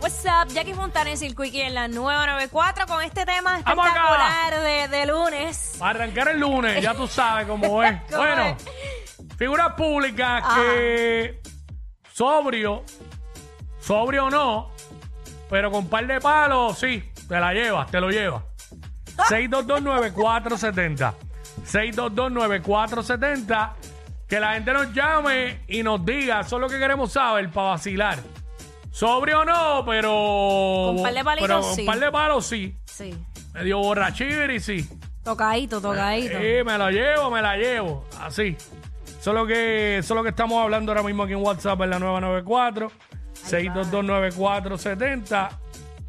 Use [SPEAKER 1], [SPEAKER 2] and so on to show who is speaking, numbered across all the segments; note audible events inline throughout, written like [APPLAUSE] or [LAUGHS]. [SPEAKER 1] What's up? Jackie Fontana en Circo y Quickie en la 994 con este tema
[SPEAKER 2] Vamos acá.
[SPEAKER 1] espectacular de, de lunes.
[SPEAKER 2] Para arrancar el lunes, ya tú sabes cómo es.
[SPEAKER 1] [LAUGHS] ¿Cómo Ah.
[SPEAKER 2] bueno, figuras públicas que sobrio, sobrio no, pero con par de palos, sí, te la llevas, te lo llevas.
[SPEAKER 1] Ah.
[SPEAKER 2] 6229470. 6229470. Que la gente nos llame y nos diga, eso es lo que queremos saber para vacilar. Sobrio no, pero.
[SPEAKER 1] Con par de palitos,
[SPEAKER 2] pero con
[SPEAKER 1] sí.
[SPEAKER 2] par de palos sí.
[SPEAKER 1] Sí.
[SPEAKER 2] Medio borrachir y sí.
[SPEAKER 1] Tocadito, tocadito.
[SPEAKER 2] Sí, me la llevo, me la llevo. Así. Eso es lo que, eso es lo que estamos hablando ahora mismo aquí en WhatsApp en la 994 6229470.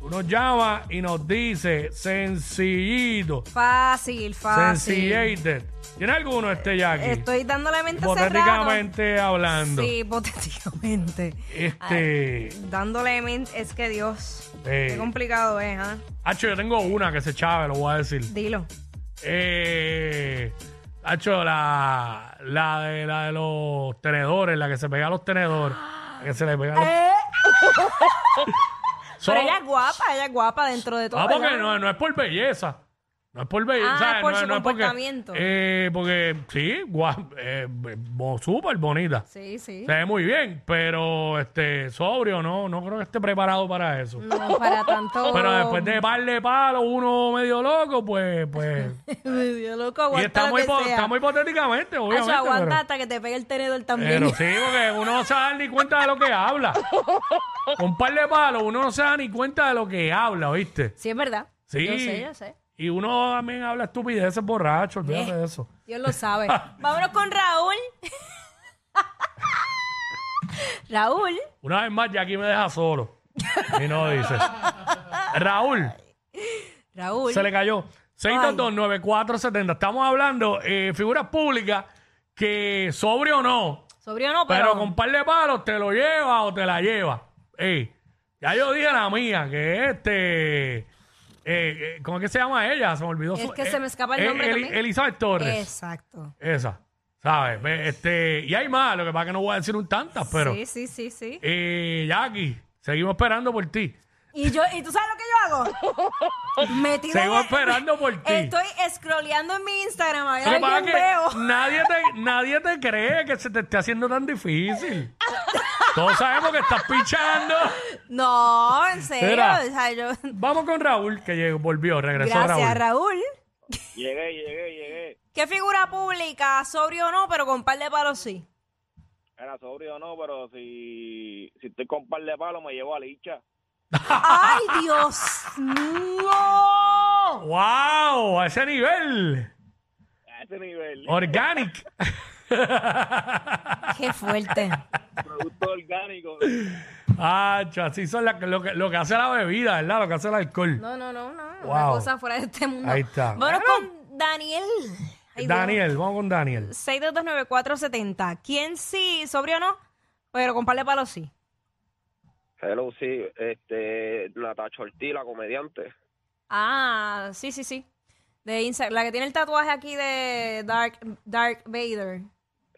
[SPEAKER 2] Uno llama y nos dice sencillito,
[SPEAKER 1] Fácil, fácil. Eh,
[SPEAKER 2] sencillito. ¿Tiene alguno este Jackie?
[SPEAKER 1] Estoy dándole mente cerrada.
[SPEAKER 2] Hipotéticamente hablando.
[SPEAKER 1] Sí, hipotéticamente.
[SPEAKER 2] Este,
[SPEAKER 1] Dándole mente, es que Dios.
[SPEAKER 2] Eh.
[SPEAKER 1] Qué complicado es, ¿ah?
[SPEAKER 2] Hacho, yo tengo una que se chave, lo voy a decir.
[SPEAKER 1] Dilo.
[SPEAKER 2] Eh, Hacho, la, la, de, la de los tenedores, la que se pega a los tenedores. la que se le pega a los- Son-
[SPEAKER 1] Ah, Pero ella es guapa, ella es guapa dentro de todo.
[SPEAKER 2] Ah, porque
[SPEAKER 1] ¿verdad?
[SPEAKER 2] no, no es por belleza. No es por belleza.
[SPEAKER 1] Ah,
[SPEAKER 2] o sea,
[SPEAKER 1] es por
[SPEAKER 2] no,
[SPEAKER 1] su
[SPEAKER 2] no es porque-
[SPEAKER 1] comportamiento.
[SPEAKER 2] eh, porque, sí, guap, eh, bo- súper bonita.
[SPEAKER 1] Sí, sí.
[SPEAKER 2] Se ve muy bien, pero este sobrio, no, no creo que esté preparado para eso.
[SPEAKER 1] No, para tanto.
[SPEAKER 2] Pero después de par de palos, uno medio loco, pues,
[SPEAKER 1] [LAUGHS]
[SPEAKER 2] pues.
[SPEAKER 1] Me dio loco,
[SPEAKER 2] y
[SPEAKER 1] aguanta
[SPEAKER 2] está
[SPEAKER 1] lo
[SPEAKER 2] muy,
[SPEAKER 1] que
[SPEAKER 2] hipo-
[SPEAKER 1] sea.
[SPEAKER 2] está muy hipotéticamente,
[SPEAKER 1] Hacho,
[SPEAKER 2] obviamente.
[SPEAKER 1] aguanta
[SPEAKER 2] pero-
[SPEAKER 1] hasta que te pegue el tenedor también.
[SPEAKER 2] Pero sí, porque uno no se da ni cuenta de lo
[SPEAKER 1] [LAUGHS]
[SPEAKER 2] que habla. Con un par de palos, uno no se da ni cuenta de lo que habla, ¿oíste?
[SPEAKER 1] Sí, es verdad.
[SPEAKER 2] Sí.
[SPEAKER 1] Yo sé, yo sé.
[SPEAKER 2] Y uno también habla estupideces borracho, olvídate de eso.
[SPEAKER 1] Dios lo
[SPEAKER 2] [LAUGHS]
[SPEAKER 1] sabe. Vámonos con Raúl. [LAUGHS] Raúl.
[SPEAKER 2] Una vez más, Jackie me deja solo. Y
[SPEAKER 1] [LAUGHS]
[SPEAKER 2] no dice. Raúl,
[SPEAKER 1] Raúl.
[SPEAKER 2] se le cayó. 6229470. Estamos hablando eh, figuras públicas que sobre o no,
[SPEAKER 1] Sobrio no, pero.
[SPEAKER 2] pero con par de palos te lo lleva o te la lleva. Ey, ya yo dije la mía, que este. eh, eh, ¿Cómo es que se llama ella? Se me olvidó.
[SPEAKER 1] Es
[SPEAKER 2] su-
[SPEAKER 1] que
[SPEAKER 2] eh,
[SPEAKER 1] se me escapa el nombre también.
[SPEAKER 2] Elizabeth Torres.
[SPEAKER 1] Exacto.
[SPEAKER 2] Esa, ¿sabes? Ve, Este, y hay más, lo que pasa es que no voy a decir un tantas, pero.
[SPEAKER 1] Sí, sí, sí, sí.
[SPEAKER 2] Eh, Jackie, seguimos esperando por ti.
[SPEAKER 1] Y yo, ¿y tú sabes lo que yo
[SPEAKER 2] [LAUGHS]
[SPEAKER 1] hago? Metida
[SPEAKER 2] Sigo
[SPEAKER 1] en-
[SPEAKER 2] esperando por ti.
[SPEAKER 1] Estoy scrolleando en mi Instagram a ver
[SPEAKER 2] Lo que pasa
[SPEAKER 1] a
[SPEAKER 2] es
[SPEAKER 1] quién
[SPEAKER 2] que
[SPEAKER 1] veo.
[SPEAKER 2] nadie te, nadie te cree que se te esté haciendo
[SPEAKER 1] [LAUGHS]
[SPEAKER 2] tan difícil. Todos sabemos que estás pichando.
[SPEAKER 1] No, en serio.
[SPEAKER 2] Mira.
[SPEAKER 1] o sea, [LAUGHS] yo-
[SPEAKER 2] Vamos con Raúl, que llegó, volvió, regresó
[SPEAKER 1] Gracias,
[SPEAKER 2] Raúl.
[SPEAKER 1] Raúl.
[SPEAKER 3] Llegué, llegué, llegué.
[SPEAKER 1] ¿Qué figura pública, sobrio o no, pero con par de palos sí? [LAUGHS]
[SPEAKER 3] Era sobrio no, pero si, si estoy con par de palos me llevo a Licha.
[SPEAKER 1] ¡Ay, Dios mío!
[SPEAKER 2] ¡Wow! A ese nivel.
[SPEAKER 3] A ese [LAUGHS] nivel.
[SPEAKER 2] Organic. [LAUGHS]
[SPEAKER 1] ¡Qué fuerte!
[SPEAKER 3] Producto orgánico.
[SPEAKER 2] Ah, así son la- lo, que, lo que hace la bebida, ¿verdad? Lo que hace el alcohol.
[SPEAKER 1] No, no, no, no. Una
[SPEAKER 2] Wow.
[SPEAKER 1] cosa fuera de este mundo.
[SPEAKER 2] Ahí está.
[SPEAKER 1] Bueno, con Daniel. Ay, Dios.
[SPEAKER 2] Daniel, vamos con Daniel.
[SPEAKER 1] 6229470. ¿Quién sí, sobrio o no? Pero con par de palos sí.
[SPEAKER 3] Hello, sí. Este, Natacha Ortiz, la comediante.
[SPEAKER 1] Ah, sí, sí, sí. De Insta- la que tiene el tatuaje aquí de Dark, Dark Vader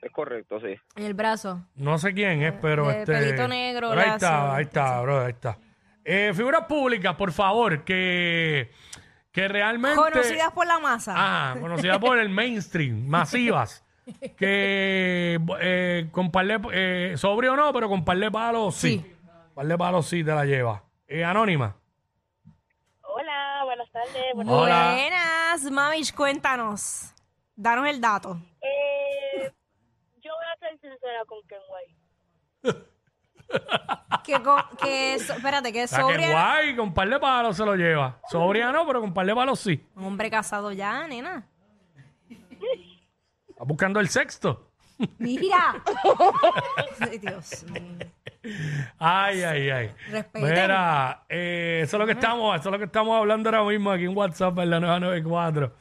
[SPEAKER 3] Es correcto, sí.
[SPEAKER 1] en el brazo.
[SPEAKER 2] No sé quién es, pero
[SPEAKER 1] de
[SPEAKER 2] este.
[SPEAKER 1] pelito negro,
[SPEAKER 2] pero ahí
[SPEAKER 1] lacio,
[SPEAKER 2] está, ahí está, bro, ahí está. Eh, figuras públicas, por favor, que, que realmente.
[SPEAKER 1] Conocidas por la masa.
[SPEAKER 2] Ajá, Ah, conocidas por el mainstream, masivas. Que eh, con par de- eh, sobrio no, pero con par de palos sí.
[SPEAKER 1] Sí.
[SPEAKER 2] Par de palos sí te la lleva. Eh, anónima.
[SPEAKER 4] Hola, buenas tardes. [LAUGHS] Bueno,
[SPEAKER 2] Hola.
[SPEAKER 1] Buenas, Mavish, cuéntanos. Danos el dato.
[SPEAKER 4] eh, yo voy a ser sincera con Kenway.
[SPEAKER 1] Que, co- que so- espérate, que
[SPEAKER 2] O sea, que
[SPEAKER 1] sobria.
[SPEAKER 2] guay, con par de palos se lo lleva. Sobria no, pero con par de palos sí.
[SPEAKER 1] Hombre casado ya, nena.
[SPEAKER 2] Está buscando el sexto.
[SPEAKER 1] Mira. [LAUGHS] Ay, Dios.
[SPEAKER 2] Ay, ay, ay.
[SPEAKER 1] Respeten.
[SPEAKER 2] Mira, eh, eso es lo que estamos, eso es lo que estamos hablando ahora mismo aquí en WhatsApp en la 994.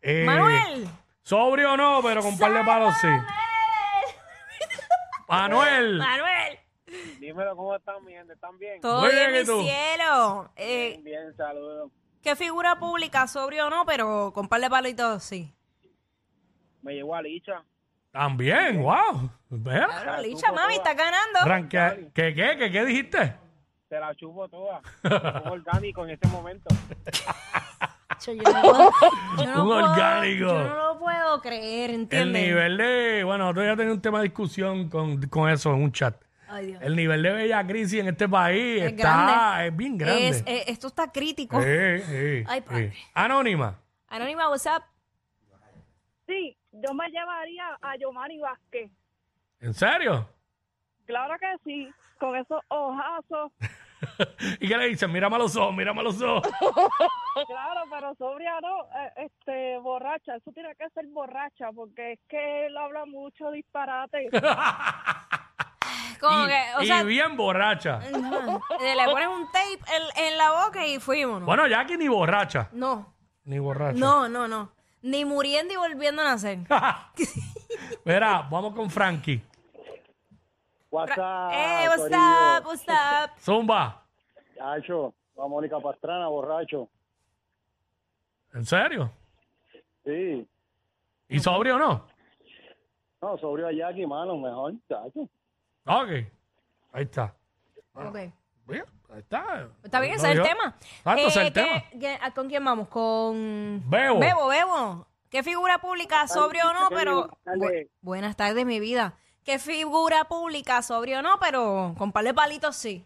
[SPEAKER 2] Eh,
[SPEAKER 1] Manuel.
[SPEAKER 2] Sobrio o no, pero con par de palos sí.
[SPEAKER 1] Eh.
[SPEAKER 2] Manuel.
[SPEAKER 1] Manuel.
[SPEAKER 3] Dímelo, ¿cómo están, mi gente? ¿Están bien?
[SPEAKER 1] Todo
[SPEAKER 2] Muy
[SPEAKER 1] bien,
[SPEAKER 2] bien, ¿y
[SPEAKER 1] mi
[SPEAKER 2] tú?
[SPEAKER 1] cielo. Eh,
[SPEAKER 3] Bien, saludos.
[SPEAKER 1] ¿Qué figura pública, sobrio o no, pero con par de palitos sí?
[SPEAKER 3] Me llevo a Licha.
[SPEAKER 2] También, wow. Mira.
[SPEAKER 1] Claro, Licha, mami, está ganando.
[SPEAKER 2] Ranquea- ¿Qué, qué, qué, qué dijiste?
[SPEAKER 3] Te se la chupo toda. Un orgánico en este momento.
[SPEAKER 1] Yo, yo no puedo-
[SPEAKER 2] [LAUGHS]
[SPEAKER 1] yo no
[SPEAKER 2] Un
[SPEAKER 1] puedo-
[SPEAKER 2] orgánico.
[SPEAKER 1] Yo no lo puedo creer,
[SPEAKER 2] El
[SPEAKER 1] ¿entiendes?
[SPEAKER 2] nivel de. Bueno, otro día tenía un tema de discusión con, con eso en un chat.
[SPEAKER 1] Ay, Dios.
[SPEAKER 2] El nivel de bella crisis en este país
[SPEAKER 1] Es
[SPEAKER 2] está.
[SPEAKER 1] grande.
[SPEAKER 2] Es bien grande.
[SPEAKER 1] Es- eh, esto está crítico.
[SPEAKER 2] Eh, eh,
[SPEAKER 1] Ay,
[SPEAKER 2] eh.
[SPEAKER 1] padre.
[SPEAKER 2] Anónima.
[SPEAKER 1] Anónima WhatsApp.
[SPEAKER 4] Sí, yo me llevaría a Yomari Vázquez.
[SPEAKER 2] ¿En serio? [LAUGHS]
[SPEAKER 4] Claro que sí, con esos ojazos.
[SPEAKER 2] ¿Y qué le dicen? Mírame a los ojos, mírame a los ojos.
[SPEAKER 4] Claro, pero sobria no, eh, este, borracha. Eso tiene que ser borracha porque es que él habla mucho [LAUGHS] disparate.
[SPEAKER 1] [LAUGHS] Como
[SPEAKER 2] y,
[SPEAKER 1] que, o
[SPEAKER 2] y
[SPEAKER 1] sea,
[SPEAKER 2] bien borracha.
[SPEAKER 1] eh, le pones un tape en, en la boca y fuimos. ¿no?
[SPEAKER 2] Bueno, Jackie ni borracha.
[SPEAKER 1] No,
[SPEAKER 2] Ni borracha.
[SPEAKER 1] no, no, no. Ni muriendo y volviendo a nacer.
[SPEAKER 2] [LAUGHS] Mira, vamos con Frankie.
[SPEAKER 5] WhatsApp.
[SPEAKER 1] eh, what's
[SPEAKER 5] corillo.
[SPEAKER 1] up, what's up?
[SPEAKER 2] Zumba.
[SPEAKER 5] Chacho, la Mónica Pastrana, borracho.
[SPEAKER 2] ¿En serio?
[SPEAKER 5] Sí.
[SPEAKER 2] ¿Y sobrio o no?
[SPEAKER 5] No, sobrio a Jackie, mano, mejor, chacho.
[SPEAKER 2] Ok. Ahí está.
[SPEAKER 1] Ok.
[SPEAKER 2] Bien, ahí está.
[SPEAKER 1] Está bien,
[SPEAKER 2] Lo
[SPEAKER 1] ese es el
[SPEAKER 2] dijo.
[SPEAKER 1] tema. Eh,
[SPEAKER 2] Exacto, ese es el
[SPEAKER 1] ¿qué-
[SPEAKER 2] tema.
[SPEAKER 1] qué- a- ¿Con quién vamos? Con
[SPEAKER 2] Bebo.
[SPEAKER 1] Bebo, Bebo. ¿Qué figura pública, sobrio o no, pero...
[SPEAKER 5] Buenas tardes.
[SPEAKER 1] Bu- buenas tardes, mi vida. ¿Qué figura pública, sobrio o no, pero con par de palitos sí?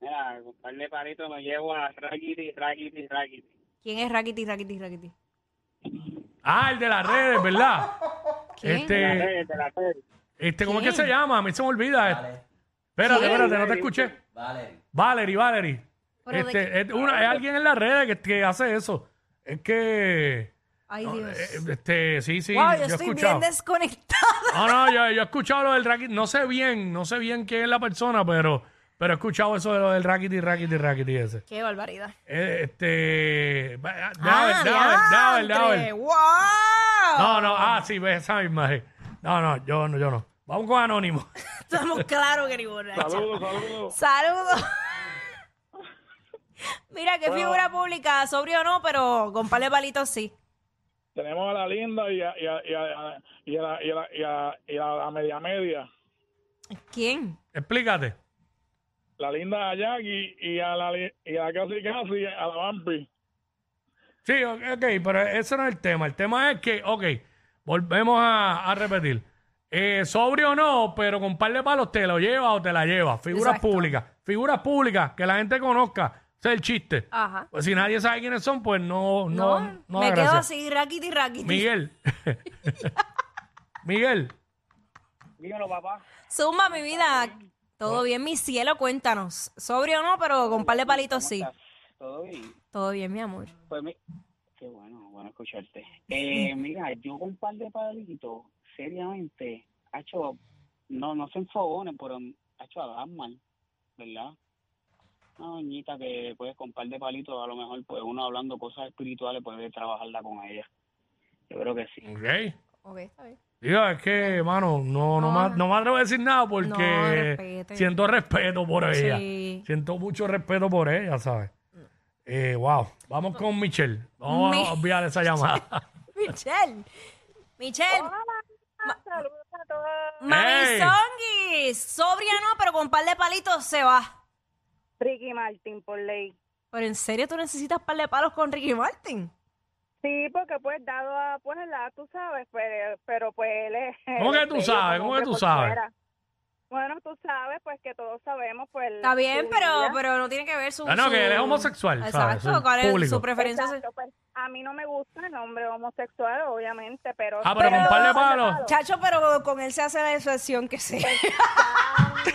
[SPEAKER 3] Mira, compadre Palito nos llevo a Raggedy, Raggedy, Raggedy.
[SPEAKER 1] ¿Quién es Rackety, Rackety, Rackety?
[SPEAKER 2] Ah, el de las redes, ¿verdad?
[SPEAKER 1] [LAUGHS] ¿Quién?
[SPEAKER 2] Este,
[SPEAKER 3] De la serie.
[SPEAKER 2] este, ¿cómo es que
[SPEAKER 1] ¿Quién?
[SPEAKER 2] se llama? A mí se me olvida. Espérate, espérate, no te escuché.
[SPEAKER 6] Vale.
[SPEAKER 2] Valerie, Valerie.
[SPEAKER 1] Pero de
[SPEAKER 2] Este, es, una- es alguien en las redes que, que hace eso. Es que.
[SPEAKER 1] Ay,
[SPEAKER 2] no,
[SPEAKER 1] Dios.
[SPEAKER 2] eh, Este, sí, sí.
[SPEAKER 1] wow,
[SPEAKER 2] yo
[SPEAKER 1] yo
[SPEAKER 2] he
[SPEAKER 1] estoy
[SPEAKER 2] escuchado.
[SPEAKER 1] bien desconectada.
[SPEAKER 2] No, no, yo, yo he escuchado lo del racket. No sé bien, no sé bien quién es la persona, pero, pero he escuchado eso de lo del rackety, rackety, rackety ese.
[SPEAKER 1] [LAUGHS] Qué barbaridad.
[SPEAKER 2] Eh, Este. va- Déjame ver,
[SPEAKER 1] Ah,
[SPEAKER 2] déjame ver, déjame ver, déjame ver.
[SPEAKER 1] diantre. ¡Wow!
[SPEAKER 2] No, no, ah, sí, ve esa misma. eh. No, no, yo no, yo no. Vamos con Anónimo. [LAUGHS]
[SPEAKER 1] Estamos claros que ni borracha.
[SPEAKER 3] Saludos, saludos. [LAUGHS]
[SPEAKER 1] Saludos. Mira, qué figura pública, sobrio no, pero con par de palitos sí.
[SPEAKER 3] Tenemos a la linda y a, y a, y a, y a, la- y a, la- y a- y a la media media.
[SPEAKER 1] ¿Quién?
[SPEAKER 2] Explícate.
[SPEAKER 3] La linda a Jackie y a la, li- y a la casi casi, a la Bambi.
[SPEAKER 2] Sí, ok, ok, pero ese no es el tema. El tema es que, ok, volvemos a, a repetir. Eh, sobrio o no, pero con par de palos te lo lleva o te la lleva. Figuras
[SPEAKER 1] Exacto.
[SPEAKER 2] públicas. Figuras públicas que la gente conozca. Ese es el chiste.
[SPEAKER 1] Ajá.
[SPEAKER 2] Pues si nadie sabe quiénes son, pues no, no,
[SPEAKER 1] Ah. No,
[SPEAKER 2] no, da
[SPEAKER 1] me quedo
[SPEAKER 2] gracia.
[SPEAKER 1] así, raquiti, raquiti. [LAUGHS]
[SPEAKER 2] Miguel. Miguel.
[SPEAKER 3] Dígalo, papá.
[SPEAKER 1] Suma mi vida. Todo bien, mi cielo, cuéntanos. Sobrio no, pero con par de palitos sí.
[SPEAKER 7] Todo bien.
[SPEAKER 1] Todo bien, mi amor.
[SPEAKER 7] Pues mi- Qué bueno, bueno escucharte. Eh, mira, yo con un par de palitos, seriamente, ha hecho, no, no se enfogones, pero ha hecho a mal, ¿verdad? Una doñita que pues con un par de palitos, a lo mejor pues uno hablando cosas espirituales puede trabajarla con ella. Yo creo que sí.
[SPEAKER 2] Ok.
[SPEAKER 1] Ok, está bien.
[SPEAKER 2] Digo, es que, mano, no, no,
[SPEAKER 1] No.
[SPEAKER 2] me, no me atrevo a decir nada
[SPEAKER 1] No,
[SPEAKER 2] porque
[SPEAKER 1] respete.
[SPEAKER 2] siento respeto por ella.
[SPEAKER 1] Este, Sí.
[SPEAKER 2] Siento mucho respeto por ella, ¿sabes? Eh, wow. Vamos con Michelle. Vamos
[SPEAKER 1] Mi-
[SPEAKER 2] a obviar
[SPEAKER 1] [LAUGHS]
[SPEAKER 2] esa llamada. Ah,
[SPEAKER 1] Michelle. Michelle.
[SPEAKER 4] Saludos a todos.
[SPEAKER 2] Hey.
[SPEAKER 1] Mamisongi. Sobria no, pero con par de palitos se va.
[SPEAKER 4] Ricky Martin, por ley.
[SPEAKER 1] Pero en serio, tú necesitas par de palos con Ricky Martin.
[SPEAKER 4] Sí, porque pues dado a, pues la, tú sabes, pero, pero pues él es... [LAUGHS]
[SPEAKER 2] ¿Cómo que
[SPEAKER 4] él es
[SPEAKER 2] tú
[SPEAKER 4] bello
[SPEAKER 2] sabes?
[SPEAKER 4] como
[SPEAKER 2] ¿Cómo que
[SPEAKER 4] hombre
[SPEAKER 2] tú
[SPEAKER 4] por
[SPEAKER 2] sabes?
[SPEAKER 4] fuera. Bueno, tú sabes, pues que todos sabemos, pues...
[SPEAKER 1] Está bien,
[SPEAKER 4] su
[SPEAKER 1] pero, pues,
[SPEAKER 4] vida.
[SPEAKER 1] pero no tiene que ver su.
[SPEAKER 2] Ah, no,
[SPEAKER 1] su-
[SPEAKER 2] que él es homosexual, ¿sabes?
[SPEAKER 1] Exacto,
[SPEAKER 2] Su
[SPEAKER 1] cuál es
[SPEAKER 2] público.
[SPEAKER 1] su preferencia.
[SPEAKER 4] Exacto, pues, a mí no me gusta el hombre homosexual, obviamente, pero...
[SPEAKER 2] Ah, pero con par de palos.
[SPEAKER 1] Chacho, pero con él se hace la excepción que sea.
[SPEAKER 4] este,